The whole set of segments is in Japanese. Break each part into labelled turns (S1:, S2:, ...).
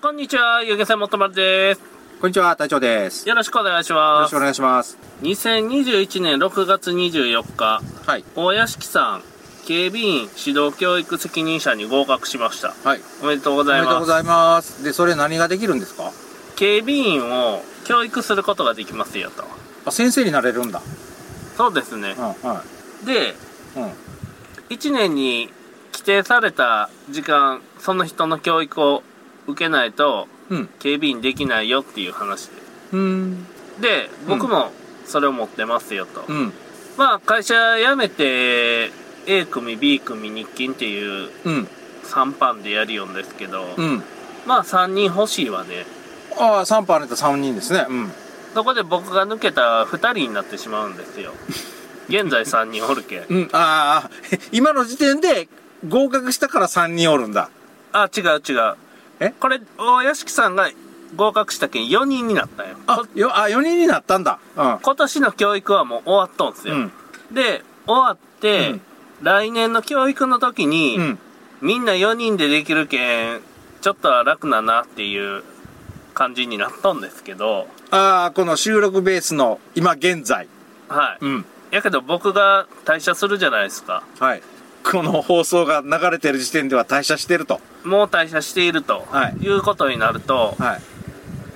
S1: こんにちは、ゆげせもとまるです。
S2: こんにちは、隊長です。よ
S1: よろしくお願いしま
S2: ろし
S1: す
S2: くお。願いします。
S1: 2021年6月24日、
S2: はい。
S1: 大屋敷さん、警備員指導教育責任者に合格しました。
S2: はい。
S1: おめでとうご
S2: お
S1: ざ
S2: め
S1: い
S2: でとう
S1: ま
S2: ご
S1: す。
S2: ざいます。で、それ何ができるんですか
S1: 警備員を教育することができますよと。
S2: あ、先生になれるんだ。
S1: そうですね
S2: うん、。は
S1: で、
S2: い。うん。
S1: 1年に規定された時間、その人の教育を受けないと、
S2: うん。
S1: 警備員できないよっていう話で。
S2: うん。
S1: で、僕もそれを持ってますよと。
S2: うん。
S1: まあ会社辞めて A 組 B 組日勤っていう
S2: うん。
S1: 3班でやるよんですけど、
S2: うん。
S1: まあ3人欲しいわね
S2: ああ、3パーネタ3人ですね。うん。
S1: そこで僕が抜けたら2人になってしまうんですよ現在3人おる けん
S2: うん。ああ、へ 今の時点で合格したから3人おるんだ。
S1: あ違う違う
S2: え
S1: これお屋敷さんが合格したけん4人になったんよ
S2: あ
S1: こ、
S2: よ、あ、4人になったんだ。う
S1: 今年の教育はもう終わっとんすよ、
S2: ん。うん。
S1: で終わって、
S2: うん
S1: 来年の教育の時に、
S2: うん。
S1: みんな4人でできるけんちょっとは楽だなっていう感じになったんですけど
S2: ああ、この収録ベースの今現在。
S1: はい、
S2: うん。
S1: やけど僕が退社するじゃないですか
S2: はい。この放送が流れてる時点では退社してると。
S1: もう退社していると、、
S2: はい
S1: うことになると、
S2: はい。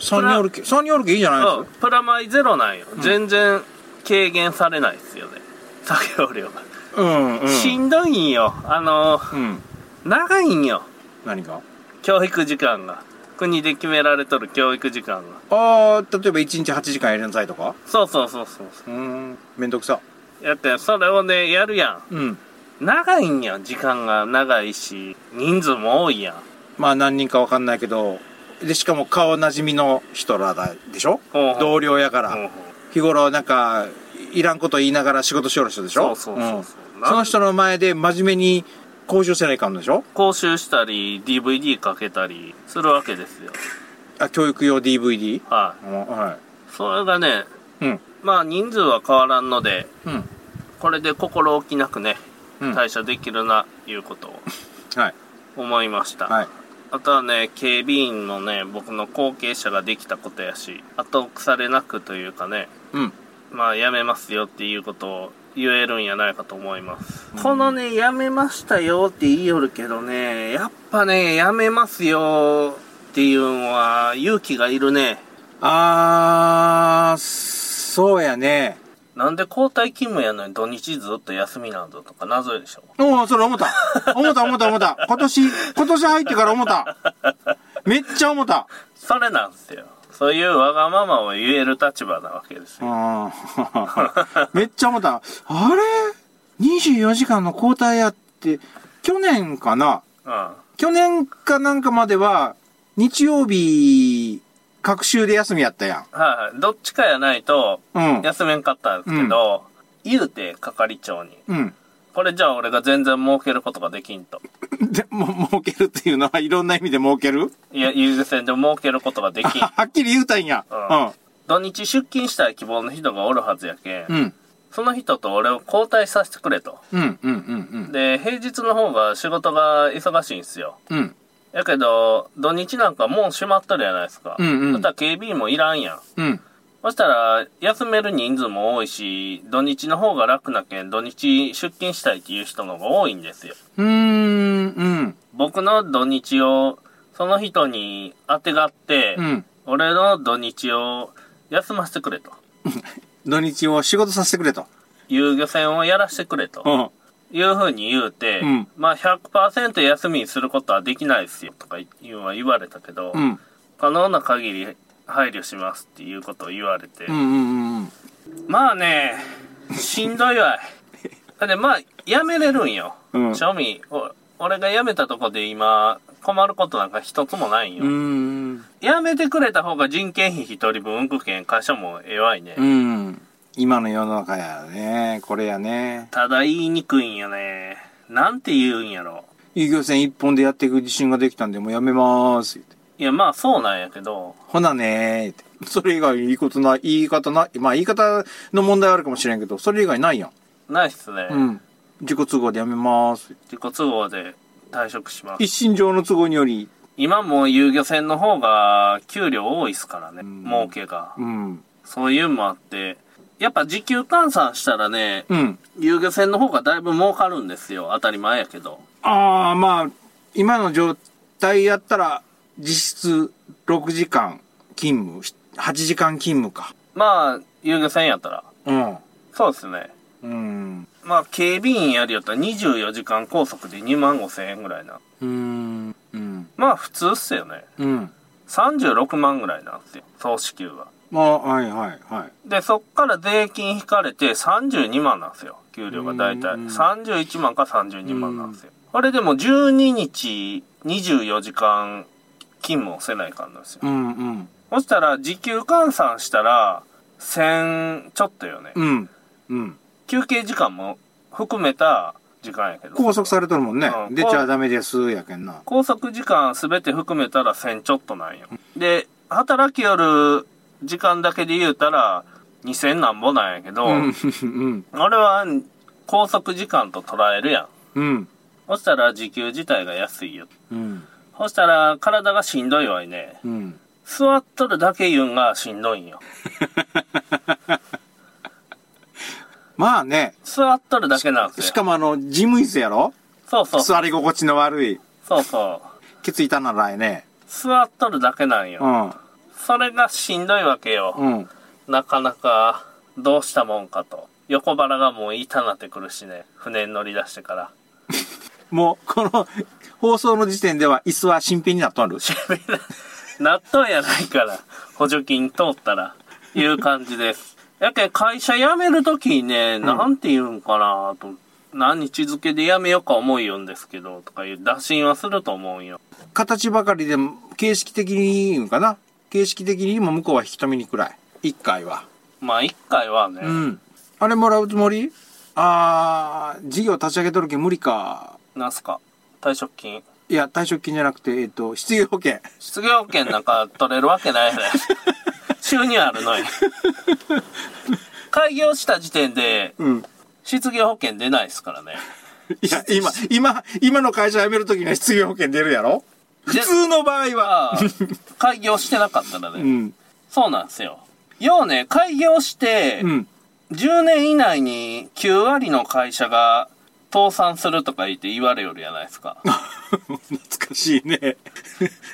S2: 三人おるけ、三人おるけいいじゃない
S1: うん
S2: ですか。
S1: プラマイゼロなんよ、全然軽減されないですよね作業量が、
S2: うん、うん。
S1: しんどいんよあの
S2: うん。
S1: 長いんよ
S2: 何が
S1: 教育時間が国で決められとる教育時間が
S2: ああ、例えば1日8時間やりなさいとか
S1: そうそうそうそう
S2: うーん。めんどくさ。
S1: やってそれをねやるやん
S2: うん。
S1: 長いんや時間が長いし人数も多いやん
S2: まあ何人かわかんないけど、で、しかも顔なじみの人らだでしょ
S1: ほうほう
S2: 同僚やか
S1: うん
S2: ら。日頃なんか、いらんこと言いながら仕事しよる人でしょ
S1: そうそうそうそうん
S2: その人の前で真面目に交渉せないかんのでしょ
S1: 講習したり DVD かけたりするわけですよ
S2: あ、教育用 DVD?
S1: は
S2: うんはい
S1: それがね
S2: い。うん。
S1: まあ人数は変わらんので
S2: うん。
S1: これで心置きなくね
S2: うん。はい。
S1: 退社できるないうことを思いました、
S2: はい。
S1: あとはね警備員のね僕の後継者ができたことやし後腐れなくというかね
S2: うん。
S1: まあ辞めますよっていうことを言えるんやないかと思います、このね辞めましたよって言いよるけどねやっぱね辞めますよっていうのは勇気がいるね
S2: あー、そうやね。
S1: なんで交代勤務やのに土日ずっと休みなんだとか謎でしょ
S2: おお、それ思った。思った思った思った。今年、今年入ってから思った。めっちゃ思った。
S1: それなんですよそういうわがままを言える立場なわけです
S2: う
S1: よ
S2: ん。めっちゃ思った。あれ ?24 時間の交代やって、去年かな
S1: うん
S2: 去年かなんかまでは、日曜日、各週で休みやったや
S1: はいはいどっちかやないと
S2: ん。うん。
S1: 休めんかったんですけど、言うて係長に
S2: うん。
S1: これじゃあ俺が全然儲けることができんと
S2: で、も、儲けるっていうのはいろんな意味で儲 ける
S1: いや、優先で儲けることができん。
S2: はっきり言うたんや。
S1: 土日出勤したい希望の人がおるはずやけん、
S2: うん。うん。
S1: その人と俺を交代させてくれと。
S2: うん。うん。うん。
S1: で、平日の方が仕事が忙しいんすよ。
S2: うん。うん。
S1: やけど、土日なんかもう閉まっとるやないですか。
S2: うんうん
S1: そしたら警備員もいらんやん。
S2: うん。
S1: そしたら、休める人数も多いし、土日の方が楽なけん、土日出勤したいっていう人の方が多いんですよ。
S2: うーん。うん。
S1: 僕の土日を、その人に当てがって、
S2: うん。
S1: 俺の土日を休ませてくれと。
S2: 土日を仕事させてくれと。
S1: 遊漁船をやらせてくれと
S2: ん。
S1: いうふうに言うて、
S2: うん
S1: まあ100%休みにすることはできないですよとか言うのは言われたけど、
S2: うん。
S1: 可能な限り配慮しますっていうことを言われて、
S2: うんうんうん。
S1: まあね、しんどいわい。で、まあ、やめれるんよ。
S2: うん
S1: 正味、お俺が辞めたとこで今、困ることなんか一つもないんよ。
S2: うん。
S1: 辞めてくれた方が人件費一人分、運券、会社もええわいね。
S2: うん。今の世の中やね。これやね。
S1: ただ言いにくいんよね。なんて言うんやろ。
S2: 遊漁船一本でやっていく自信ができたんで、もうやめまーす。言って
S1: いや、まあそうなんやけど、
S2: ほなねーって。それ以外いいことな、言い方な、まあ言い方の問題はあるかもしれんけど、それ以外ないやん。
S1: ないっすね。
S2: うん。自己都合でやめまーす。
S1: 自己都合で退職します。
S2: 一心上の都合により
S1: 今もう遊漁船の方が給料多いっすからね、
S2: うん
S1: 儲けが。
S2: うん。
S1: そういうのもあって、やっぱ時給換算したらね、
S2: うん。
S1: 遊漁船の方がだいぶ儲かるんですよ。当たり前やけど。
S2: ああ、まあ、今の状態やったら、実質6時間勤務、8時間勤務か。
S1: まあ、遊漁船やったら。
S2: うん。
S1: そうですね。
S2: うん。
S1: まあ、警備員やるよったら24時間拘束で2万5千円ぐらいな。
S2: うん。うん。
S1: まあ、普通っすよね。
S2: うん。
S1: 36万ぐらいなんですよ。総支給は。
S2: まあ、はいはいはい。
S1: で、そっから税金引かれて32万なんですよ。給料が大体。
S2: うん
S1: 31万か32万なんですよ。あれでも12日24時間勤務をせないかんなんですよ。
S2: うんうん。
S1: そしたら時給換算したら1000ちょっとよね。
S2: うん。うん。
S1: 休憩時間も含めた時間やけど。
S2: 拘束されとるもんね。
S1: うん
S2: 出ちゃダメです、やけんな。
S1: 拘束時間すべて含めたら1000ちょっとなんよ。で、働きよる時間だけで言うたら2000なんぼなんやけど、
S2: うん。うん。
S1: あれは拘束時間と捉えるやん。
S2: うん。
S1: そしたら時給自体が安いよ。
S2: うん。
S1: そしたら体がしんどいわいね。
S2: うん。
S1: 座っとるだけ言うんがしんどいんよ。
S2: まあね。
S1: 座っとるだけなんですよ。
S2: しかもあの、事務椅子やろ
S1: そうそう。
S2: 座り心地の悪い。
S1: そうそう。
S2: ケツ痛ならえね。
S1: 座っとるだけなん
S2: う
S1: よ。
S2: ん。
S1: それがしんどいわけよ。
S2: うん。
S1: なかなか、どうしたもんかと。横腹がもう痛なってくるしね。船に乗り出してから。
S2: もう、この、放送の時点では椅子は新品になっとる。
S1: 納豆やないから、補助金通ったら、いう感じです。やけん会社辞めるときにね、なんて言うんかなと、何日付で辞めようか思いよんですけど、とかいう打診はすると思うんよ。
S2: 形ばかりで、形式的にいいんかな。形式的にも向こうは引き止めにくらい。一回は。
S1: まあ、一回はね、
S2: うん。あれもらうつもりあー、事業立ち上げとるけん無理か。
S1: なんすか、退職金。
S2: いや、退職金じゃなくて、えっと、失業保険。
S1: 失業権なんか取れるわけないやね収入あるのに。開業した時点で、
S2: うん。
S1: 失業保険出ないですからね。
S2: いや、今、今、今の会社辞めるときには失業保険出るやろ普
S1: で
S2: 通の場合は。
S1: ああ、開業してなかったらね。
S2: うん。
S1: そうなんですよ。要はね、開業して、
S2: うん。
S1: 10年以内に9割の会社が倒産するとか言って言われよるやないですか。
S2: 懐かしいね。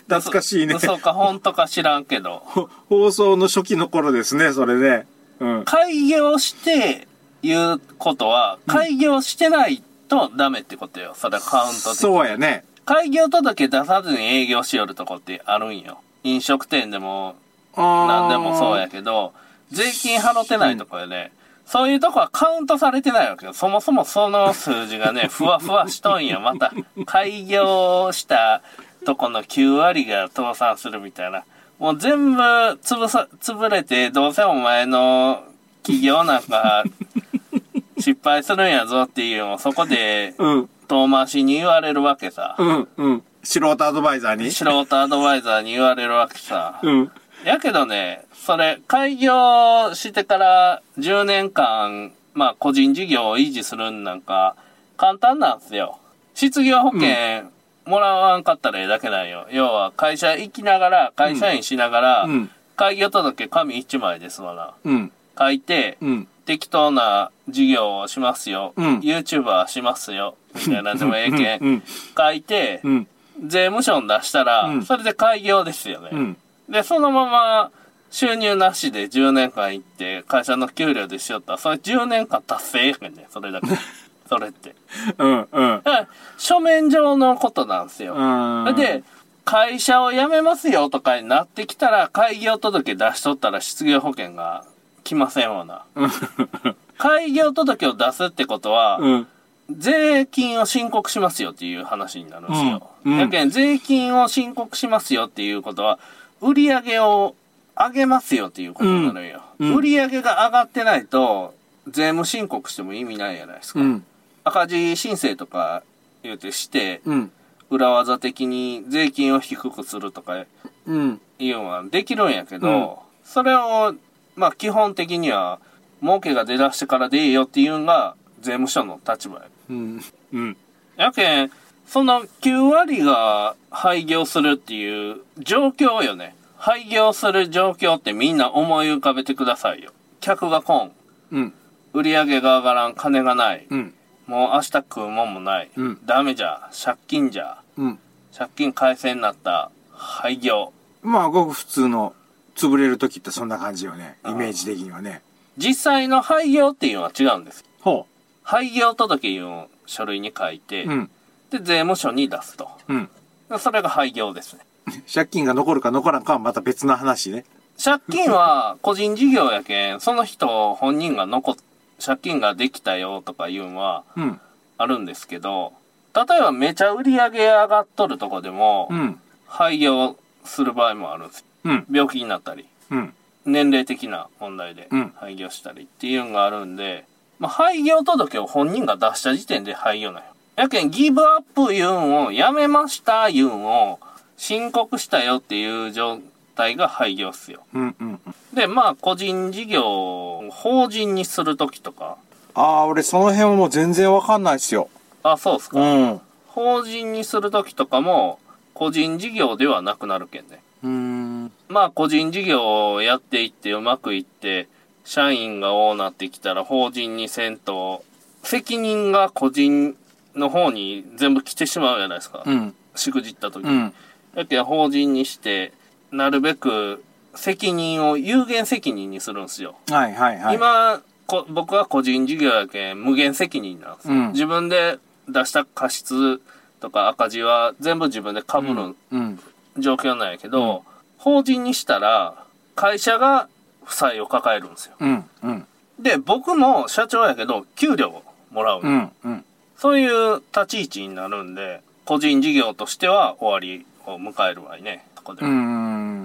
S2: 懐かしいね。
S1: そうか、本当か知らんけど。
S2: ほ放送の初期の頃ですね、それね。うん。
S1: 開業して言うことは、開業してないとダメってことよ。それはカウントで。
S2: そうやね。
S1: 開業届出さずに営業しよるとこってあるんよ。飲食店でも
S2: あ
S1: 何
S2: ん
S1: でもそうや。けど、税金払ってないとこやね、そういうとこはカウントされてないわけよ。そもそもその数字がね、ふわふわしとんや。また、開業したとこの9割が倒産するみたいな。もう全部潰さ、潰れて、どうせお前の企業なんか失敗するんやぞっていうのをそこで
S2: うん、
S1: 遠回しに言われるわけさ。
S2: うん、うん。素人アドバイザーに。
S1: 素人アドバイザーに言われるわけさ。
S2: うん。
S1: やけどね、それ、開業してから10年間、まあ、個人事業を維持するんなんか、簡単なんすよ。失業保険、もらわんかったらええだけなんよ。要は、会社行きながら、会社員しながら、
S2: うん、
S1: 開業届紙一枚ですわな。
S2: うん、
S1: 書いて、
S2: うん。
S1: 適当な事業をしますよ。
S2: うん
S1: YouTuber しますよ。みたいなでもええけ。
S2: うんん、
S1: 書いて
S2: う、ん、
S1: 税務署に出したら、
S2: うん
S1: それで開業ですよね。
S2: うん。
S1: で、そのまま収入なしで10年間行って会社の給料でしよったら、それ10年間達成やけんね、そ れだけ。それって。
S2: うん、うん。
S1: だから書面上のことなんですよ。
S2: うん
S1: で、、会社を辞めますよとかになってきたら、開業届出しとったら失業保険が来ませんわな。開業届を出すってことは、
S2: うん、
S1: 税金を申告しますよっていう話になるんですよ。
S2: うんうん
S1: やけん、税金を申告しますよっていうことは、売り上げを上げますよっていうことになるんよ。
S2: うんうん
S1: 売り上げが上がってないと、税務申告しても意味ないじゃないですか。
S2: うん、
S1: 赤字申請とか言うてして、
S2: うん、
S1: 裏技的に税金を低くするとか
S2: うん。
S1: いうのはできるんやけど、
S2: うん
S1: それを、まあ基本的には、儲けが出だしてからでいいよっていうのが税務署の立場や。
S2: うん、うん。
S1: やけん、その9割が廃業するっていう状況よね。廃業する状況ってみんな思い浮かべてくださいよ。客が来ん。
S2: うん。
S1: 売り上げが上がらん。金がない。
S2: うん。
S1: もう明日食うもんもない。
S2: うん
S1: ダメじゃ。借金じゃ。
S2: うん。
S1: 借金返せになった。廃業。
S2: まあ、ごく普通の、潰れる時ってそんな感じよね。イメージ的にはね。
S1: 実際の廃業っていうのは違うんです。
S2: ほ
S1: 廃業届を書類に書いて、
S2: う。うん。
S1: で、税務署に出すと。
S2: うん。
S1: それが廃業ですね。
S2: 借金が残るか残らんかはまた別の話ね。
S1: 借金は個人事業やけん、その人本人が残っ、借金ができたよとかいうんは
S2: うん。
S1: あるんですけど、例えばめちゃ売り上げ上がっとるとこでも
S2: う、ん。
S1: 廃業する場合もあるんです。
S2: うん。
S1: 病気になったり、
S2: うん。
S1: 年齢的な問題で
S2: うん
S1: 廃業したりっていうのがあるんで、まあ、廃業届を本人が出した時点で廃業なんよ。やけんギブアップ言うんを、やめました言うんを、申告したよっていう状態が廃業っすよ。
S2: うん。うん。
S1: で、まあ、個人事業を法人にするときとか、
S2: ああ、俺その辺はもう全然わかんないっすよ。
S1: あ、そうっす
S2: う
S1: か。
S2: ん。う
S1: 法人にするときとかも、個人事業ではなくなるけんね。
S2: ーん。
S1: まあ、個人事業をやっていってうまくいって、社員が多なってきたら法人にせんと、責任が個人の方に全部来てしまうじゃないですか。
S2: うん。
S1: しくじったとき。
S2: うん。
S1: だけど法人にして、なるべく責任を有限責任にするんですよ。
S2: はいはいはい。
S1: 今こ僕は個人事業やけん無限責任なんですよ、
S2: うん
S1: 自分で出した過失とか赤字は全部自分で被る
S2: うん。
S1: 状況なんやけど、法人にしたら会社が負債を抱えるんですよ
S2: うん。うん。
S1: で僕も社長やけど給料をもらう、
S2: うん。うん。
S1: そういう立ち位置になるんで個人事業としては終わりを迎えるわいねそこで
S2: う
S1: は、
S2: ー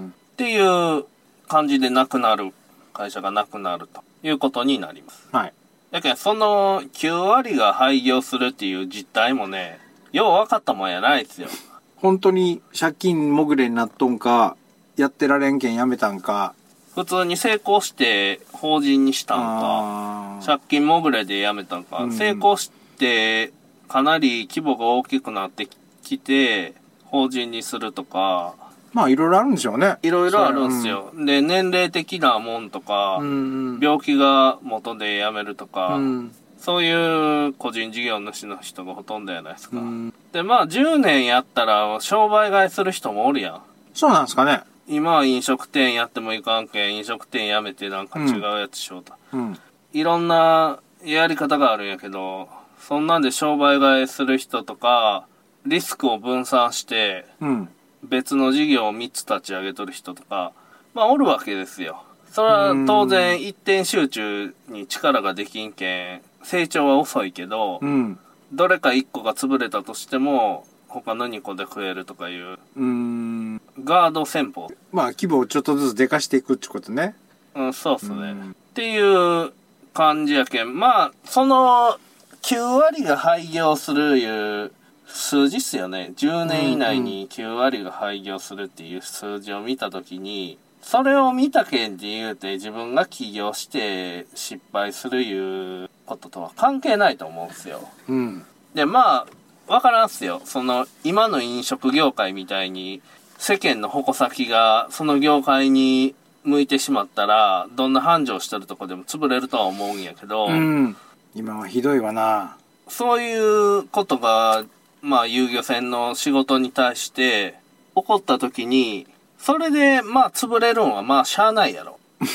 S1: っ
S2: ん。
S1: ていう感じでなくなる会社がなくなるということになります
S2: はい。
S1: だけど、その9割が廃業するっていう実態もね、よう分かったもんやないですよ。
S2: 本当に借金もぐれになっとんか、やってられんけんやめたんか。
S1: 普通に成功して法人にしたんか、
S2: あー
S1: 借金もぐれでやめたんか、
S2: うん
S1: 成功してかなり規模が大きくなってきて、法人にするとか、
S2: まあいろいろあるんでしょうね。
S1: いろいろあるんすよ。で、年齢的なもんとか、
S2: うん。
S1: 病気が元でやめるとか、
S2: うん。
S1: そういう個人事業主の人がほとんどやないですか。
S2: うん。
S1: で、まあ、10年やったら、商売買いする人もおるやん。
S2: そうなんですかね。
S1: 今は飲食店やってもいかんけん、飲食店やめてなんか違うやつしようと。
S2: うん。
S1: いろんなやり方があるんやけど、そんなんで商売買いする人とか、リスクを分散して、
S2: うん。
S1: 別の事業を3つ立ち上げとる人とか、まあ、おるわけですよ。それは当然一点集中に力ができんけん、成長は遅いけど、
S2: うん。
S1: どれか1個が潰れたとしても、他の2個で食えるとかいう、
S2: うん。
S1: ガード戦法。
S2: まあ規模をちょっとずつでかしていくってことね。
S1: うん、そうっすね。
S2: うん
S1: っていう感じやけん。まあ、その、9割が廃業するいう数字っすよね。10年以内に9割が廃業するっていう数字を見たときに、それを見たけんって言うて自分が起業して失敗するいうこととは関係ないと思うんすよ。
S2: うん。
S1: で、まあ、わからんっすよ。その、今の飲食業界みたいに、世間の矛先が、その業界に向いてしまったら、どんな繁盛してるとこでも潰れるとは思うんやけど、
S2: うん。今はひどいわな。
S1: そういうことが、まあ、遊漁船の仕事に対して、起こった時に、それで、まあ、潰れるんは、まあ、しゃあないやろ。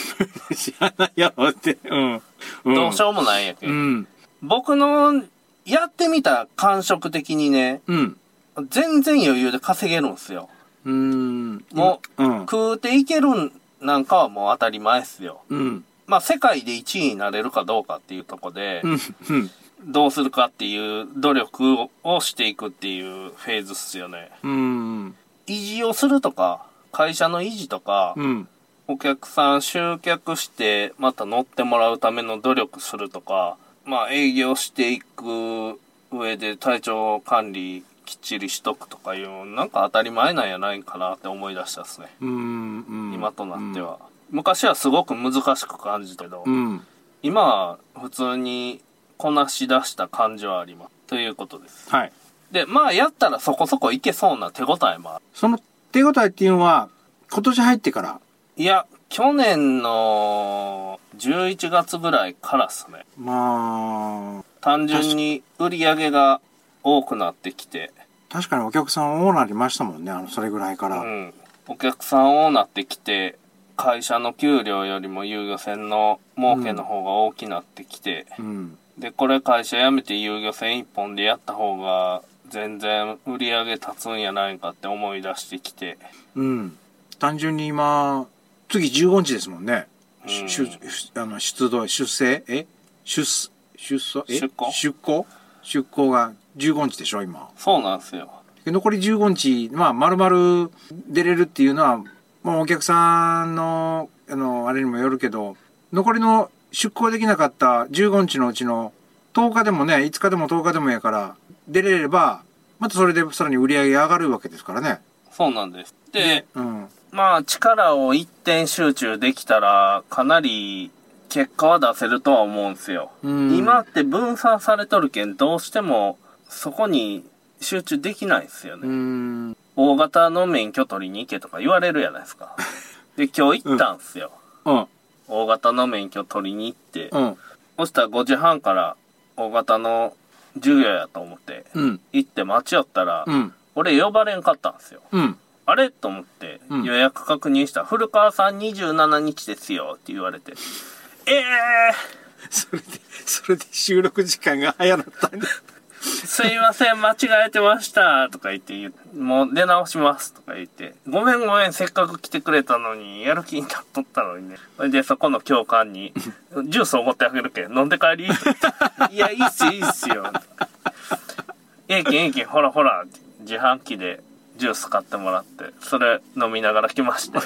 S2: 知らないやろって。うん。うん、
S1: どうしようもないんやけ
S2: う
S1: ど。
S2: ん。
S1: 僕の、やってみた感触的にね、
S2: うん。
S1: 全然余裕で稼げるんすよ。
S2: うん。
S1: も
S2: う、うん。
S1: 食うていけるんなんかはもう当たり前っすよ。
S2: うん。
S1: まあ世界で1位になれるかどうかっていうとこで
S2: う、ん。うん。
S1: どうするかっていう努力ををしていくっていうフェーズっすよね。
S2: うん。
S1: 維持をするとか、会社の維持とか、
S2: うん。
S1: お客さん集客してまた乗ってもらうための努力するとか、まあ営業していく上で体調管理きっちりしとくとかいう、なんか当たり前なんやないかなって思い出したっすね。
S2: うん。うん
S1: 今となって。は、昔はすごく難しく感じたけど、
S2: うん。
S1: 今は普通にこなし出した感じはありますということです
S2: はい。
S1: で、まあやったらそこそこいけそうな手応えもある。
S2: その手応えっていうのは、今年入ってから、
S1: いや、去年の11月ぐらいからっすね。
S2: まあ、
S1: 単純に売り上げが多くなってきて、
S2: 確かにお客さん多なりましたもんね、あの、それぐらいか
S1: う
S2: ら。
S1: ん。お客さん多なってきて、会社の給料よりも遊漁船の儲けの方が大きなってきて、
S2: うん。
S1: で、これ会社辞めて遊漁船一本でやった方が、全然売り上げ立つんやないかって思い出してきて、
S2: うん。単純に今、次15日ですもんね。
S1: うん
S2: 出、出あの、出動、出生え出す、出走え
S1: 出港
S2: 出港出港が15日でしょ、今。
S1: そうなんですよ。
S2: で残り15日、まあ、丸々出れるっていうのは、まあ、お客さんの、あの、あれにもよるけど、残りの出港できなかった15日のうちの10日でもね、5日でも10日でもやから、出れれば、またそれでさらに売り上げ上がるわけですからね。
S1: そうなんです。で、
S2: うん。
S1: まあ力を一点集中できたら、かなり結果は出せるとは思うんですよ。
S2: うん
S1: 今って分散されとるけん、どうしてもそこに集中できないですよね。
S2: うん。
S1: 大型の免許取りに行けとか言われるやないですか。で、今日行ったんすよ。
S2: うん。
S1: 大型の免許取りに行って。
S2: うん。
S1: そしたら5時半から大型の授業やと思って、
S2: うん。
S1: 行って待ちよったら、
S2: うん。
S1: 俺呼ばれんかったんすよ。
S2: うん。
S1: あれと思って
S2: うん
S1: 予約確認したら、古川さん27日ですよって言われて。ええ
S2: それで、それで収録時間が早なったん
S1: ー、
S2: で。
S1: すいません、間違えてましたとか言って言う、もう出直しますとか言って、ごめんごめん、せっかく来てくれたのに、やる気になっとったのにね。それで、そこの教官 に、ジュースおごってあげるけん、飲んで帰り。 いや、いいっすよ、いいっすよ。ええけん、ええけん、ほらほら、自販機でジュース買ってもらって、それ飲みながら来ま した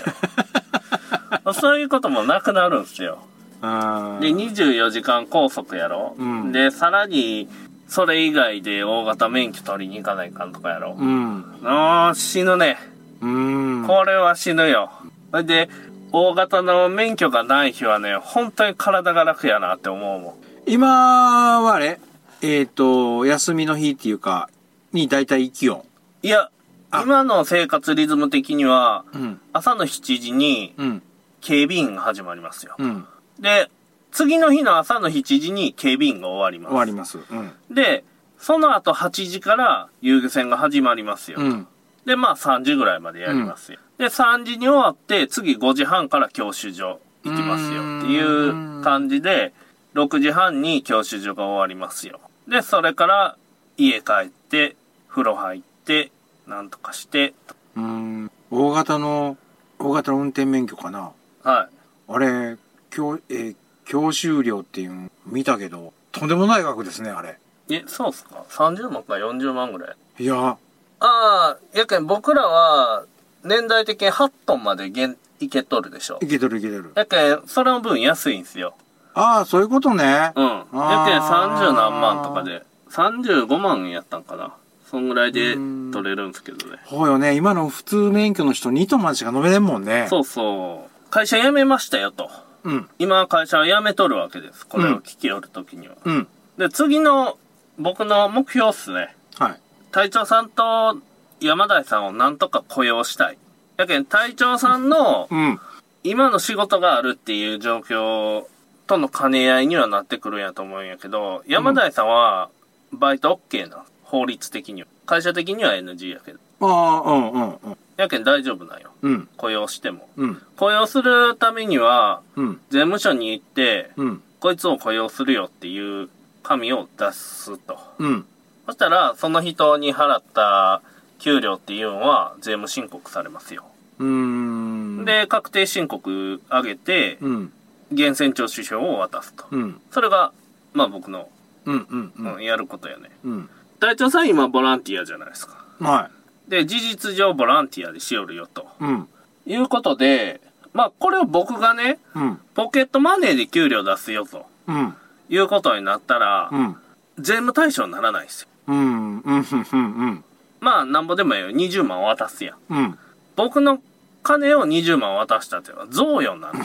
S1: よ。そういうこともなくなるんですよ。
S2: あ
S1: で、24時間拘束やろ、
S2: うん
S1: で、さらに、それ以外で大型免許取りに行かないかんとかやろ、
S2: うん。
S1: ああ、死ぬね。
S2: うん。
S1: これは死ぬよ。それで、大型の免許がない日はね、本当に体が楽やなって思うもん。
S2: 今はあれえっ、と、休みの日っていうか、に大体気温。
S1: いや、
S2: あ
S1: 今の生活リズム的には、
S2: うん。
S1: 朝の7時に
S2: うん。
S1: 警備員が始まりますよ。
S2: うん。
S1: で、次の日の朝の7時に警備員が終わります。
S2: 終わります。うん。
S1: で、その後8時から遊漁船が始まりますよ。
S2: うん。
S1: で、まあ3時ぐらいまでやりますよ。で、3時に終わって、次5時半から教習所行きますよっていう感じで、6時半に教習所が終わりますよ。で、それから家帰って、風呂入って、なんとかして、
S2: うん。大型の、大型の運転免許かな。
S1: は
S2: あれ、教、えー教習料っていうの見たけど、とんでもない額ですね、あれ。
S1: い。え、そうっすか ?30 万か40万ぐらい。
S2: いや、
S1: ああ、やけん僕らは、年代的に8トンまで減いけとるでしょ
S2: い。けてるいけてる。
S1: やけん、それの分安いんすよ。
S2: ああ、そういうことね。
S1: うん。やけん30何万とかで、35万やったんかな。そんぐらいで
S2: うん
S1: 取れるんですけどね。
S2: ほうよね、今の普通免許の人2トンまでしか飲めれんもんね。
S1: そうそう。会社辞めましたよと。
S2: う。うん。
S1: 今会社は辞めとるわけです。これ
S2: うん
S1: を聞きよるときには。
S2: うん。
S1: で、次の僕の目標っすね。
S2: はい。
S1: 隊長さんと山田さんをなんとか雇用したい。やけん隊長さんの
S2: うん。
S1: 今の仕事があるっていう状況との兼ね合いにはなってくるんやと思うんやけど、山田さんはバイト OK なの法律的には。会社的には NG やけど。
S2: ああ、うんうんうん。
S1: やけん大丈夫なんよ。
S2: うん。
S1: 雇用しても。
S2: うん。
S1: 雇用するためには、
S2: うん。
S1: 税務署に行って、
S2: うん。
S1: こいつを雇用するよっていう紙を出すと。
S2: うん。
S1: そしたら、その人に払った給料っていうのは税務申告されますよ。
S2: うーん。、
S1: で、確定申告上げて、
S2: うん。
S1: 源泉徴収票を渡すと。
S2: うん。
S1: それが、まあ僕の、
S2: うん。うん。う
S1: うん
S2: ん。
S1: やることやね。
S2: うん。
S1: 隊長さん今ボランティアじゃないですか。
S2: は
S1: で、事実上ボランティアでしよるよ、と
S2: い。うん。
S1: いうことで、まあこれを僕がね、
S2: うん。
S1: ポケットマネーで給料出すよ、と
S2: うん。
S1: いうことになったら
S2: う、ん。
S1: 税務対象にならないんですよ。
S2: うん。うん。うん。
S1: まあなんぼでもいいよ、20万渡すやん。
S2: うん。
S1: 僕の金を20万渡したっていうのは贈与になる。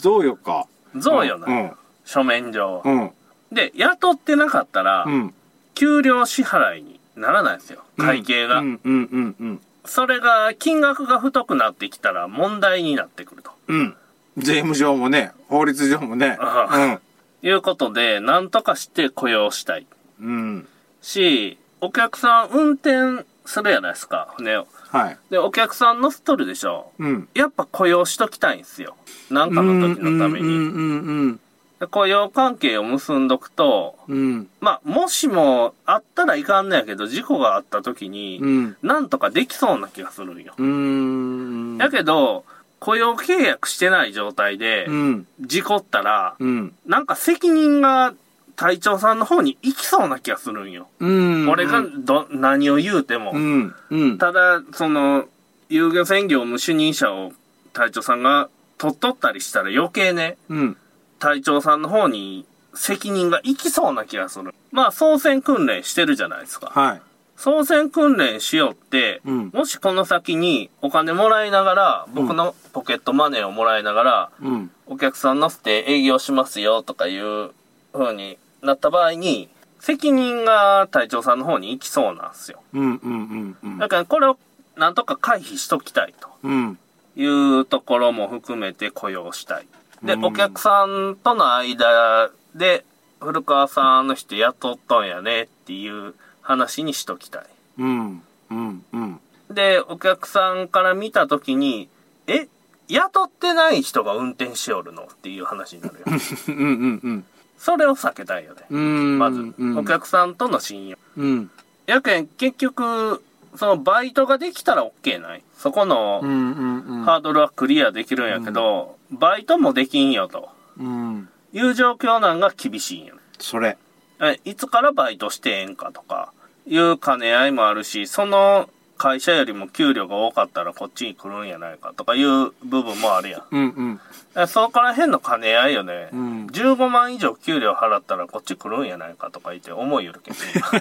S2: 贈与か。
S1: 贈与な
S2: う
S1: る。
S2: ん。
S1: 書面上は
S2: うん。
S1: で、雇ってなかったら
S2: う、ん。
S1: 給料支払いにならないんですよ。会計が。
S2: うんうんうんうん
S1: それが、金額が太くなってきたら問題になってくると。
S2: うん税務上もね法律上もね
S1: あいうことで、なんとかして雇用したい。
S2: うんうん
S1: し、お客さん運転するやないですか、船を。
S2: はい
S1: で、お客さん乗せとるでしょ。
S2: うん
S1: やっぱ雇用しときたいんですよ。なんかの時のため
S2: うん
S1: に。
S2: うんうん
S1: で雇用関係を結んどくと、
S2: うん
S1: まあ、もしもあったらいかんねやけど、事故があった時に
S2: う、ん
S1: なんとかできそうな気がするんよ。
S2: うん
S1: やけど、雇用契約してない状態で
S2: う、ん
S1: 事故ったら、
S2: うん
S1: なんか責任が隊長さんの方に行きそうな気がするんよ。
S2: うん
S1: 俺がど、何を言うても。
S2: うんうん
S1: ただ、その、遊漁船業無主任者を隊長さんが取っとったりしたら余計ね、
S2: うん
S1: 隊長さんの方に責任が行きそうな気がする。まあ、操船訓練してるじゃないですか。
S2: はい
S1: 操船訓練しようって、
S2: うん
S1: もしこの先にお金もらいながら、僕のポケットマネーをもらいながら、
S2: うん
S1: お客さん乗せて営業しますよとかいう風になった場合に、責任が隊長さんの方に行きそうなんですよ。
S2: うんうんうんうん
S1: だからこれをなんとか回避しときたいと
S2: うん
S1: いうところも含めて雇用したい。で、
S2: うん
S1: お客さんとの間で、古川さんあの人雇っとんやねっていう話にしときたい。
S2: うんうんうん
S1: で、お客さんから見たときに、え、雇ってない人が運転しおるのっていう話になるよ。
S2: うんうんうん
S1: それを避けたいよね。
S2: うん
S1: まず、
S2: うん
S1: お客さんとの信用。
S2: うん
S1: やけん、結局、そのバイトができたら OK ないそこの
S2: うんうんうん
S1: ハードルはクリアできるんやけど、バイトもできんよと
S2: うん
S1: いう状況なんが厳しいんよね。
S2: それ
S1: えいつからバイトしてええんかとかいう兼ね合いもあるし、その会社よりも給料が多かったらこっちに来るんやないかとかいう部分もあるやん
S2: うんうん
S1: え。そこら辺の兼ね合いよね。
S2: うん
S1: 15万以上給料払ったらこっち来るんやないかとか言って思いよるけど。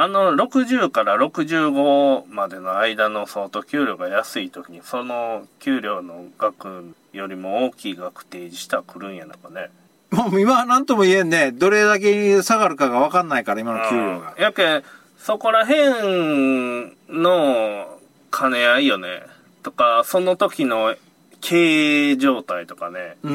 S1: あの、60から65までの間の相当給料が安い時に、その給料の額よりも大きい額提示したら来るんやないかね。
S2: もう今は何とも言えんねどれだけ下がるかが分かんないから今の給料が
S1: うんやけん、そこら辺の兼ね合いよね。とか、その時の経営状態とかね。
S2: うん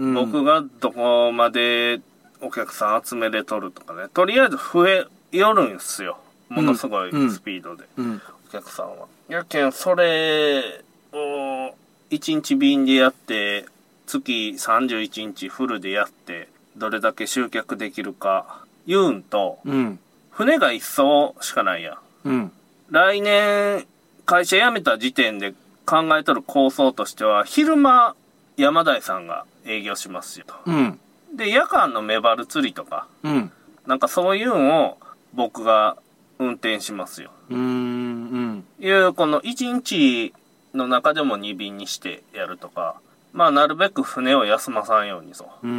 S2: うん
S1: 僕がどこまでお客さん集めれとるとかねとりあえず増えよるんすよものすごい
S2: うん
S1: スピードで、
S2: うん
S1: お客さんはやけんそれを1日便でやって月31日フルでやってどれだけ集客できるか言うんと
S2: うん
S1: 船が一艘しかないやん
S2: うん
S1: 来年会社辞めた時点で考えとる構想としては昼間山台さんが営業しますよと
S2: うん
S1: で夜間のメバル釣りとか
S2: うん
S1: なんかそういうのを僕が運転しますよ
S2: うんうん
S1: いうこの1日の中でも2便にしてやるとかまあなるべく船を休まさんようにと
S2: うんう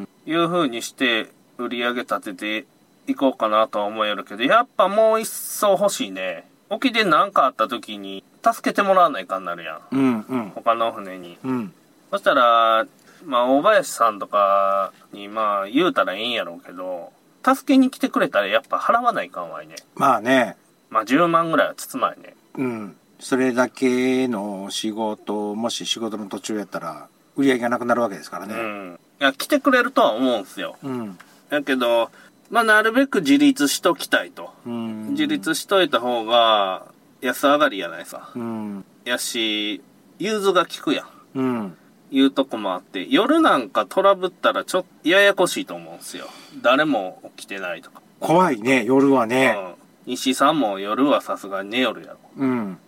S2: ん
S1: いう風にして売り上げ立てていこうかなとは思えるけどやっぱもう一層欲しいね沖で何かあった時に助けてもらわないかになるやん
S2: うんうん
S1: 他の船に
S2: うん
S1: そしたら、まあ、大林さんとかに、まあ、言うたらええんやろうけど、助けに来てくれたらやっぱ払わないかんわいね。
S2: まあね
S1: まあ、10万ぐらいはつつまいね。
S2: うんそれだけの仕事もし仕事の途中やったら売り上げがなくなるわけですから
S1: う
S2: ね
S1: ん。いや、来てくれるとは思うんすよ。
S2: うん
S1: だけど、まあ、なるべく自立しときたいと。
S2: うん
S1: 自立しといた方が、安上がりやないさ。
S2: うん
S1: やし、融通が効くやん。
S2: うん
S1: いうとこもあって、夜なんかトラブったらちょっとややこしいと思うんすよ。誰も起きてないとか。
S2: 怖いね夜はね
S1: うん西さんも夜はさすがに寝よるやろ。
S2: うん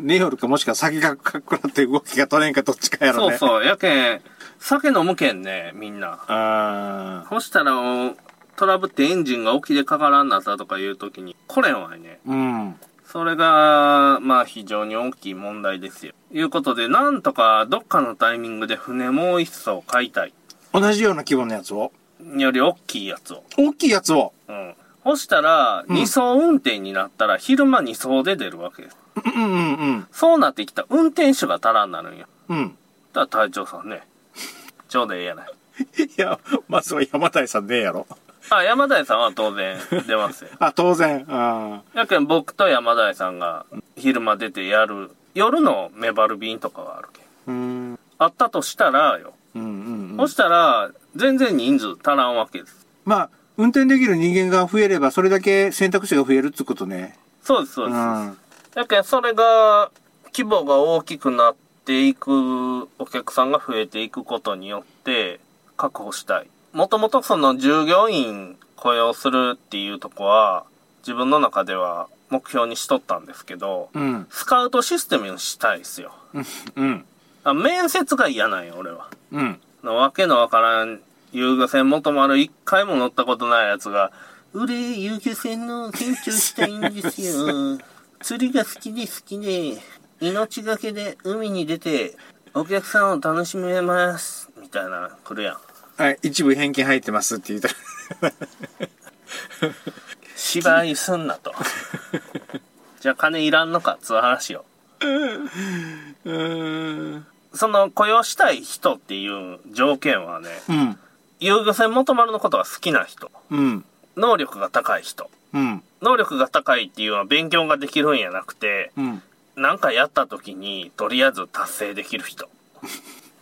S2: 寝よるかもしくは先がかっこなって動きが取れんかどっちかやろ
S1: そう
S2: ねう
S1: そう。やけん、酒飲むけんね、みんな。
S2: ああ
S1: そしたら、おトラブってエンジンが起きでかからんなったとかいう時に、これんわいね。
S2: うん
S1: それが、まあ非常に大きい問題ですよ。いうことで、なんとかどっかのタイミングで船もう一艘買いたい。
S2: 同じような規模のやつを
S1: より大きいやつを。
S2: 大きいやつを
S1: うん。そしたら、
S2: ん
S1: 二層運転になったら、昼間二層で出るわけです。
S2: うんうんうん
S1: そうなってきたら運転手が足らんなるんよ。
S2: うん
S1: だから隊長さんね。ちょうどええやない。
S2: いやまずは山谷さんねえやろ
S1: あ、山田井さんは当然出 ますよ。
S2: あ、当然。あ
S1: やけん僕と山田井さんが昼間出てやる、夜のメバル便とかはあるけん。
S2: ーうん。
S1: あったとしたらよ。
S2: うんうんう
S1: そ
S2: ん。
S1: したら、全然人数足らんわけです。
S2: まあ、運転できる人間が増えれば、それだけ選択肢が増えるってことね。
S1: そうです、そう
S2: う
S1: です。
S2: ん。
S1: やけんそれが規模が大きくなっていくお客さんが増えていくことによって確保したいもともとその従業員雇用するっていうとこは自分の中では目標にしとったんですけど
S2: うん。
S1: スカウトシステムにしたいっすよ
S2: うん。
S1: あ面接が嫌なんよ俺は
S2: うん。
S1: のわけのわからん遊漁船元丸一回も乗ったことないやつが「俺遊漁船の船長したいんですよ釣りが好きで好きで命がけで海に出てお客さんを楽しめます」みたいな来るやん
S2: はい、一部返金入ってますって言ったら。
S1: 芝居すんなとじゃあ金いらんのかっつう話よ
S2: うん。
S1: その雇用したい人っていう条件はね
S2: うん。
S1: 遊漁船元丸のことが好きな人
S2: うん。
S1: 能力が高い人
S2: うん。
S1: 能力が高いっていうのは勉強ができるんやなくて
S2: うん。
S1: なんかやった時にとりあえず達成できる人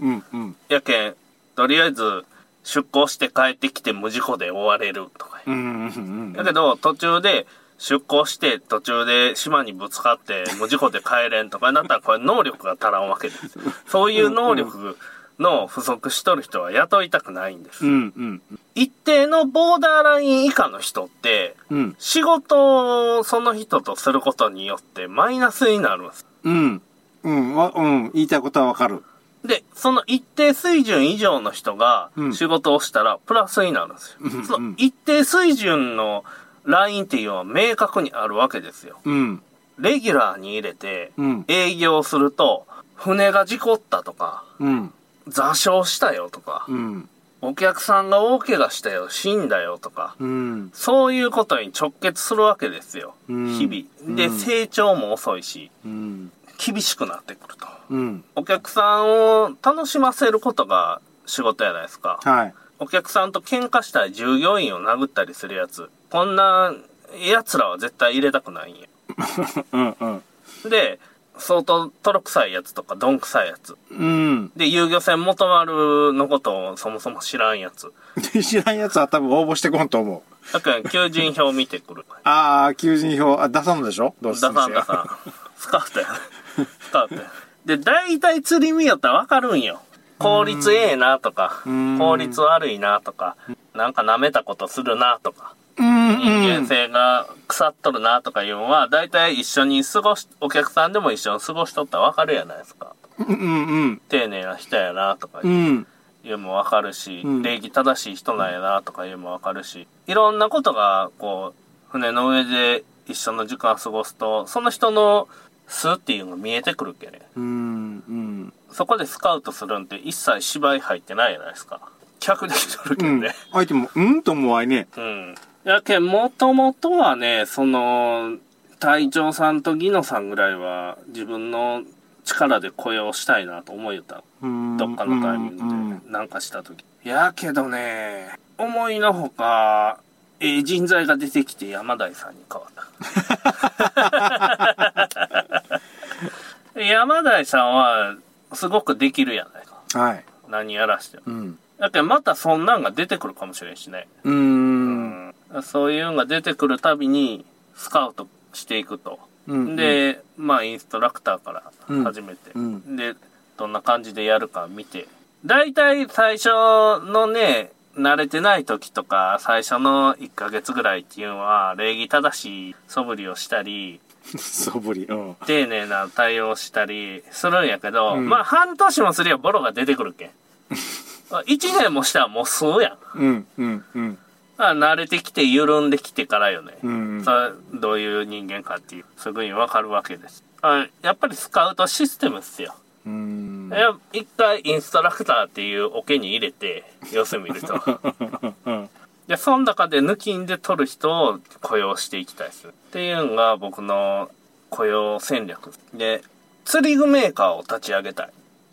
S2: うん。うん。
S1: やけんとりあえず出航して帰ってきて無事故で終われるとか
S2: うん。うん。
S1: やけど途中で出航して途中で島にぶつかって無事故で帰れんとかなったらこれ能力が足らんわけですそういう能力の不足しとる人は雇いたくないんです
S2: うん。うん。
S1: 一定のボーダーライン以下の人って
S2: うん。
S1: 仕事をその人とすることによってマイナスになるんです。
S2: うん。うん。わうん。言いたいことはわかる。
S1: で、その一定水準以上の人が
S2: うん
S1: 仕事をしたらプラスになるんですよ。
S2: うん
S1: その一定水準のラインっていうのは明確にあるわけですよ。
S2: うん。
S1: レギュラーに入れて
S2: うん。
S1: 営業すると船が事故ったとか
S2: うん。
S1: 座礁したよとか
S2: うん。
S1: お客さんが大怪我したよ死んだよとか
S2: うん。
S1: そういうことに直結するわけですよ。
S2: うん
S1: 日々。で、
S2: うん
S1: 成長も遅いし。
S2: うん。
S1: 厳しくなってくると
S2: うん。
S1: お客さんを楽しませることが仕事やないですか
S2: はい。
S1: お客さんと喧嘩したり従業員を殴ったりするやつこんなやつらは絶対入れたくないんや
S2: うん。うん。
S1: で相当トロ臭いやつとかどんくさいやつ
S2: うん。
S1: で遊漁船元丸のことをそもそも知らんやつ
S2: で知らんやつは多分応募してこんと思う。
S1: だから求人票見てくる
S2: ああ、求人票、あ、出さんのでしょどう
S1: ダ
S2: せ
S1: サンダ
S2: ん。
S1: サンスカウトやスカウトやで大体釣り見よったらわかるんよ効率ええなとか
S2: ん
S1: 効率悪いなとかなんか舐めたことするなとか
S2: うん。
S1: 人
S2: う
S1: 間
S2: ん。
S1: 性が腐っとるなとかいうのは大体一緒に過ごしお客さんでも一緒に過ごしとったらわかるやないですか
S2: うん。うん。
S1: 丁寧な人やなとか
S2: うん。
S1: いうのもわかるし、
S2: うん
S1: 礼儀正しい人なんやなとかいうのもわかるし、いろんなことが、こう、船の上で一緒の時間を過ごすと、その人の素っていうのが見えてくるけね。
S2: うん。うん。
S1: そこでスカウトするんって一切芝居入ってないじゃないですか。客できとるけ
S2: うんん
S1: ね。。
S2: 相手も、うんと思わいね。
S1: うん。やけん、もともとはね、その、隊長さんとギノさんぐらいは自分の力で雇用したいなと思いよった。
S2: うん。
S1: どっかのタイミング
S2: で。
S1: でなんかした時。やけどね、思いのほか、ええ人材が出てきて山田井さんに変わっ た。山田井さんは、すごくできるやないか。
S2: はい。
S1: 何やらしても。
S2: うん。
S1: だけどまたそんなんが出てくるかもしれんしね。
S2: うーん。
S1: そういうのが出てくるたびに、スカウトしていくと。
S2: うん、
S1: で、まあ、インストラクターから始めて、
S2: うんう
S1: で、どんな感じでやるか見て。大体最初のね、慣れてない時とか、最初の1ヶ月ぐらいっていうのは、礼儀正しい素振りをしたり、
S2: 素振り。うん。
S1: 丁寧な対応したりするんやけど、
S2: うん
S1: まあ半年もすりゃボロが出てくるけ ん。1年もしたらもうそうやん。
S2: うん。うん。うん。
S1: まあ慣れてきて緩んできてからよね。
S2: うん。
S1: さどういう人間かっていうすぐに分かるわけですあやっぱりスカウトシステムっすよ、
S2: うん。
S1: や一回インストラクターっていう桶に入れて様子見ると でその中で抜きんで取る人を雇用していきたいですっていうのが僕の雇用戦略で釣り具メーカーを立ち上げたい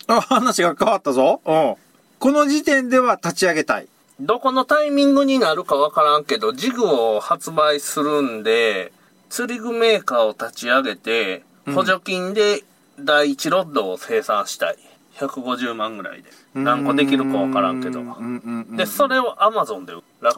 S2: あ、話が変わったぞ。うん。この時点では立ち上げたい。
S1: どこのタイミングになるかわからんけど、ジグを発売するんで、釣り具メーカーを立ち上げて、
S2: うん
S1: 補助金で第1ロッドを生産したい。150万ぐらいで。何個できるかわからんけど。
S2: うんうんうん
S1: で、それをアマゾンで売る、楽天で売る
S2: あ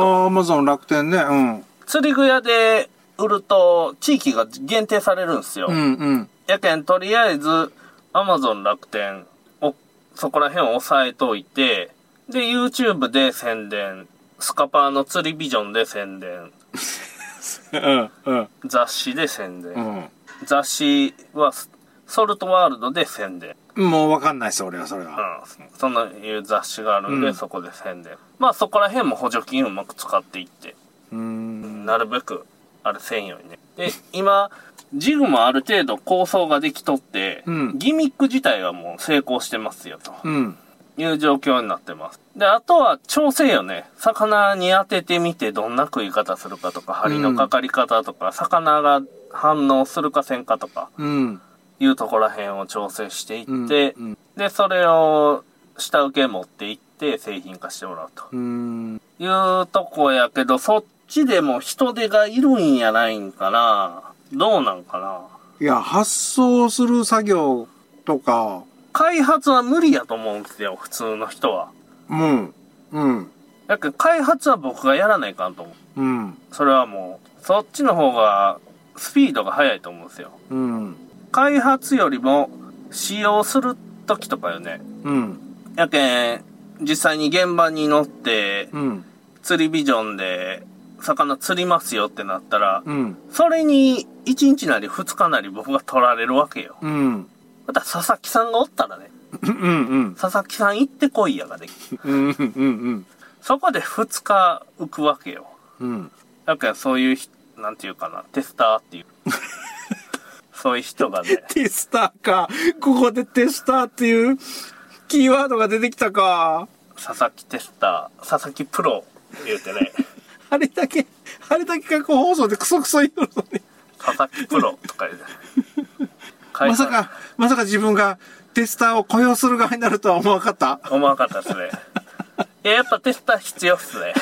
S1: と。
S2: あアマゾン楽天ねうん
S1: 釣り具屋で売ると、地域が限定されるんですよ。
S2: うんうん
S1: やけん、とりあえず、アマゾン楽天を、そこら辺を押さえといて、で、YouTube で宣伝、スカパーの釣りビジョンで宣伝、
S2: うんうん
S1: 雑誌で宣伝、
S2: うん
S1: 雑誌はスソルトワールドで宣伝、
S2: もう分かんないです俺はそれ
S1: うん、
S2: は、
S1: そのいう雑誌があるんで、
S2: うん
S1: そこで宣伝。まあそこら辺も補助金をうまく使っていって、
S2: うん、
S1: なるべく、あれせんようにね。で、今、ジグもある程度構想ができとって、
S2: うん
S1: ギミック自体はもう成功してますよと。
S2: うん
S1: いう状況になってます。で、あとは調整よね。魚に当ててみてどんな食い方するかとか、針のかかり方とか、魚が反応するかせんかとか、
S2: うん
S1: いうとこら辺を調整してい
S2: うん
S1: って、
S2: うん
S1: で、それを下請け持っていって製品化してもらうと
S2: うん
S1: いうとこやけど、そっちでも人手がいるんやないんかな。どうなんかな。
S2: いや発送する作業とか
S1: 開発は無理やと思うんですよ、普通の人は。
S2: もううん
S1: だけど開発は僕がやらないかんと思う。
S2: うん
S1: それはもう、そっちの方がスピードが速いと思うんですよ。
S2: うん
S1: 開発よりも使用する時とかよね。
S2: うん
S1: やけん、実際に現場に乗って、
S2: うん
S1: 釣りビジョンで魚釣りますよってなったら、
S2: うん
S1: それに1日なり2日なり僕が取られるわけよ。
S2: うん
S1: また佐々木さんがおったらね、
S2: うんうん
S1: 佐々木さん行ってこいやができる。
S2: うんうんうん
S1: そこで2日浮くわけよ。
S2: うん
S1: やけんそういうひ、なんていうかな、テスターっていう。そういう人がね。
S2: テスターかここでテスターっていうキーワードが出てきたか
S1: 佐々木テスター、佐々木プロ言うて ね、
S2: あれだけあれだけ過去放送でクソクソ言うのに
S1: 佐々木プロとか言うて、ね、
S2: まさかまさか自分がテスターを雇用する側になるとは思わなかった
S1: 思わなかったです ね。いや、やっぱテスター必要っすね。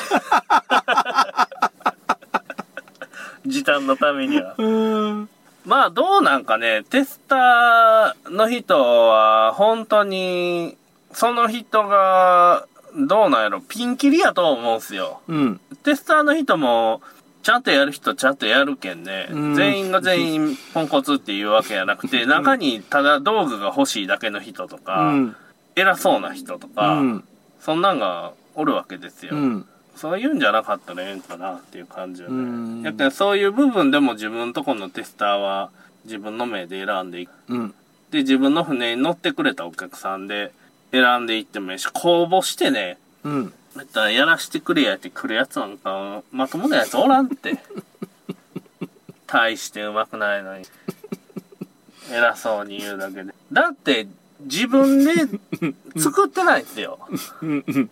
S1: 時短のためには。
S2: うん
S1: まあどうなんかね、テスターの人は本当に、その人が、どうなんやろ、ピンキリやと思うんすよ。
S2: うん
S1: テスターの人も、ちゃんとやる人ちゃんとやるけんね、
S2: うん
S1: 全員が全員ポンコツっていうわけじゃなくて、 中にただ道具が欲しいだけの人と
S2: う
S1: か、
S2: ん
S1: 偉そうな人と
S2: う
S1: か、
S2: ん
S1: そんなんがおるわけですよ。
S2: うん
S1: そういうんじゃなかったらええんかなっていう感じよ
S2: うん
S1: ね。やっぱそういう部分でも自分とこのテスターは自分の目で選んでいっ
S2: うん
S1: て、自分の船に乗ってくれたお客さんで選んでいってもいいし、公募してね、
S2: うん
S1: だったらやらしてくれやってくるやつなんかまともなやつおらんって大してうまくないのに偉そうに言うだけでだって自分で作ってないんですよ
S2: うんうん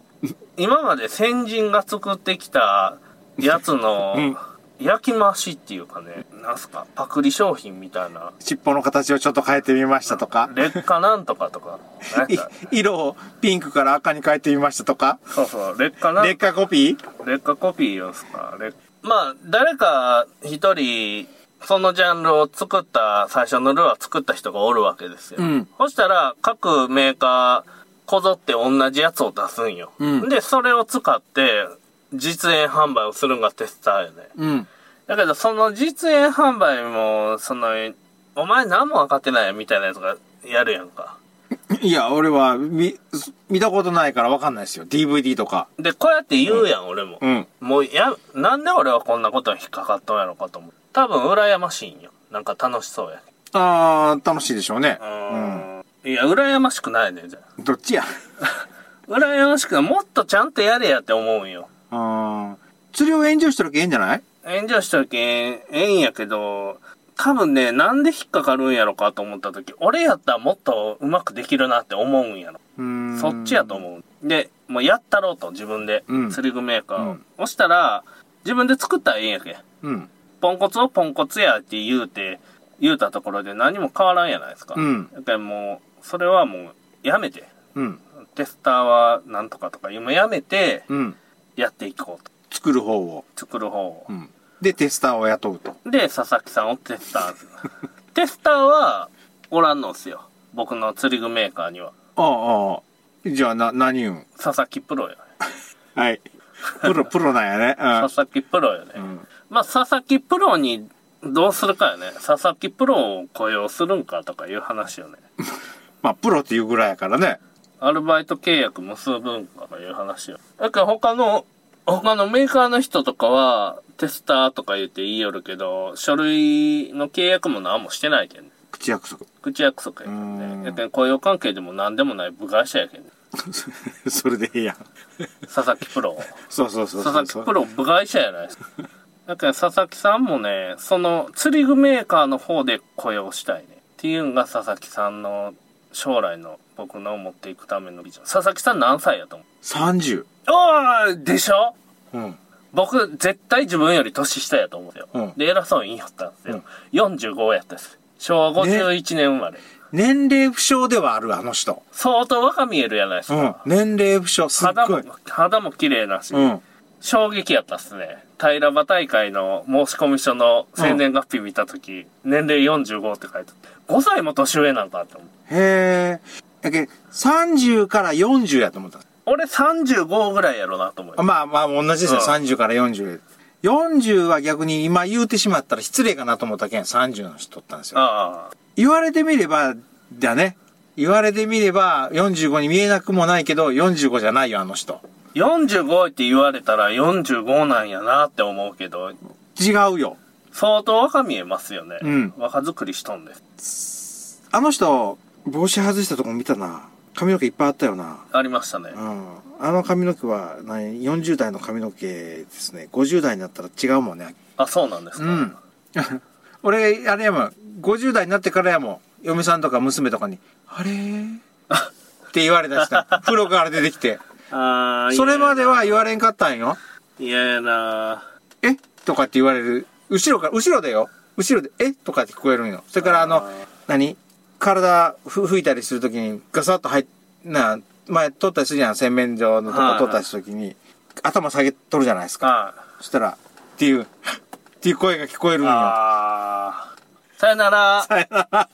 S1: 今まで先人が作ってきたやつの焼き増しっていうかねなんすかパクリ商品みたいな
S2: 尻尾の形をちょっと変えてみましたとか
S1: 劣化なんとかとかなん
S2: い
S1: か
S2: 色をピンクから赤に変えてみましたとか
S1: そうそう劣化なんとか
S2: 劣化コピー
S1: 劣化コピーをすか劣まあ誰か一人そのジャンルを作った最初のルアー作った人がおるわけですよ、
S2: うん
S1: そしたら各メーカーこぞって同じやつを出すんよ、
S2: うん
S1: でそれを使って実演販売をするのがテスターよね
S2: うん
S1: だけどその実演販売もそのお前何も分かってないやみたいなやつがやるやんか
S2: いや俺は見見たことないからわかんないですよ DVD とか
S1: でこうやって言うやん、俺も、
S2: うん
S1: もうや、なんで俺はこんなことに引っかかったんやろかと思う。多分羨ましいんよ。なんか楽しそうやけ
S2: あー楽しいでしょうね
S1: ど。うん。いや、羨ましくないね、じゃあ
S2: うんどっちや
S1: 羨ましくない。もっとちゃんとやれやって思うんよ。
S2: うん釣りを炎上してるけいいんじゃない
S1: 炎上した時、ええんやけど、多分ね、なんで引っかかるんやろかと思った時、俺やったらもっとうまくできるなって思うんやろ。
S2: うん
S1: そっちやと思う。で、もうやったろうと、自分で。
S2: うん
S1: 釣り具メーカーを。
S2: うん
S1: 押したら、自分で作ったらええんやけん。
S2: うん
S1: ポンコツをポンコツやって言うて、言うたところで何も変わらんやないですか。
S2: うん
S1: だからもう、それはもう、やめて。
S2: うん
S1: テスターはなんとかとか、今やめて、
S2: うん。
S1: やっていこうと。
S2: 作る方を。
S1: 作る方を
S2: う。ん。で、テスターを雇うと。
S1: で、佐々木さんをテスターズ。 テスターは、おらんのっすよ。僕の釣り具メーカーには。
S2: ああ、ああ。じゃあ、な、何言うん
S1: 佐々木プロよね。
S2: はい。プロ、 プロなんやね。
S1: 佐々木プロよね。
S2: うん。うん。
S1: まあ、佐々木プロにどうするかよね。佐々木プロを雇用するんかとかいう話よね。
S2: まあ、プロっていうぐらいやからね。
S1: アルバイト契約結ぶんかという話よ。だから他の、他のメーカーの人とかは、テスターとか言って言いよるけど、書類の契約も何もしてないけんね。
S2: 口約束。
S1: 口約束やけん
S2: うん
S1: ね。やけん雇用関係でも何でもない部外者やけんね。
S2: それでいいやん。
S1: 佐々木プロ。
S2: そう そうそう
S1: 佐
S2: そ
S1: 々
S2: うそ
S1: 木
S2: う。
S1: プロ部外者やないですか。だから佐々木さんもね、その釣り具メーカーの方で雇用したいね。っていうのが佐々木さんの将来の僕の持っていくためのビジョン。佐々木さん何歳やと思う
S2: 30。
S1: ああでしょ
S2: うん。
S1: 僕、絶対自分より年下やと思うんですよ。
S2: うん
S1: で、偉そうに言いよったんですよ。45やったんです。昭和51年生まれ。
S2: 年齢不詳ではある、あの人。
S1: 相当若見えるやないです
S2: うん
S1: か。。
S2: 年齢不詳、すっ
S1: 肌
S2: ご
S1: も
S2: い。、
S1: 肌も綺麗だし。
S2: うん。
S1: 衝撃やったっすね。平場大会の申し込み書の生年月日見たとき、年齢45って書いてあ5歳も年上なんかって思う。
S2: へえ。だけど30から40やと思った。
S1: 俺35ぐらいやろなと思う。
S2: まあまあ同じですよ、
S1: うん
S2: 30から40。40は逆に今言うてしまったら失礼かなと思ったけん30の人おったんですよ。
S1: ああ。
S2: 言われてみれば、だね。言われてみれば45に見えなくもないけど45じゃないよ、あの人。
S1: 45って言われたら45なんやなって思うけど、
S2: 違うよ。
S1: 相当若見えますよね。
S2: うん
S1: 若作りしとんです。
S2: あの人、帽子外したとこ見たな。髪の毛いっぱいあったよな。
S1: ありましたね。
S2: うん。あの髪の毛は、何、40代の髪の毛ですね。50代になったら違うもんね。
S1: あ、そうなんですか。
S2: うん。俺、あれやもん、50代になってからやもん、嫁さんとか娘とかに、あれーって言われだした。風呂から出てきて。
S1: ああ、
S2: それまで
S1: は。
S2: は言われんかったんよ。
S1: いやいやな
S2: えとかって言われる。後ろから、後ろだよ。後ろで、えとかって聞こえるんよ。それからあの、何体ふ吹いたりするときに、ガサッと入っ、な、前取ったりするじゃん。洗面所のと
S1: はいは
S2: こ
S1: い
S2: 取ったりするときに、頭下げとるじゃないですか。
S1: ああ。
S2: そしたら、っていう、っていう声が聞こえるんよ。
S1: ああ。さよなら。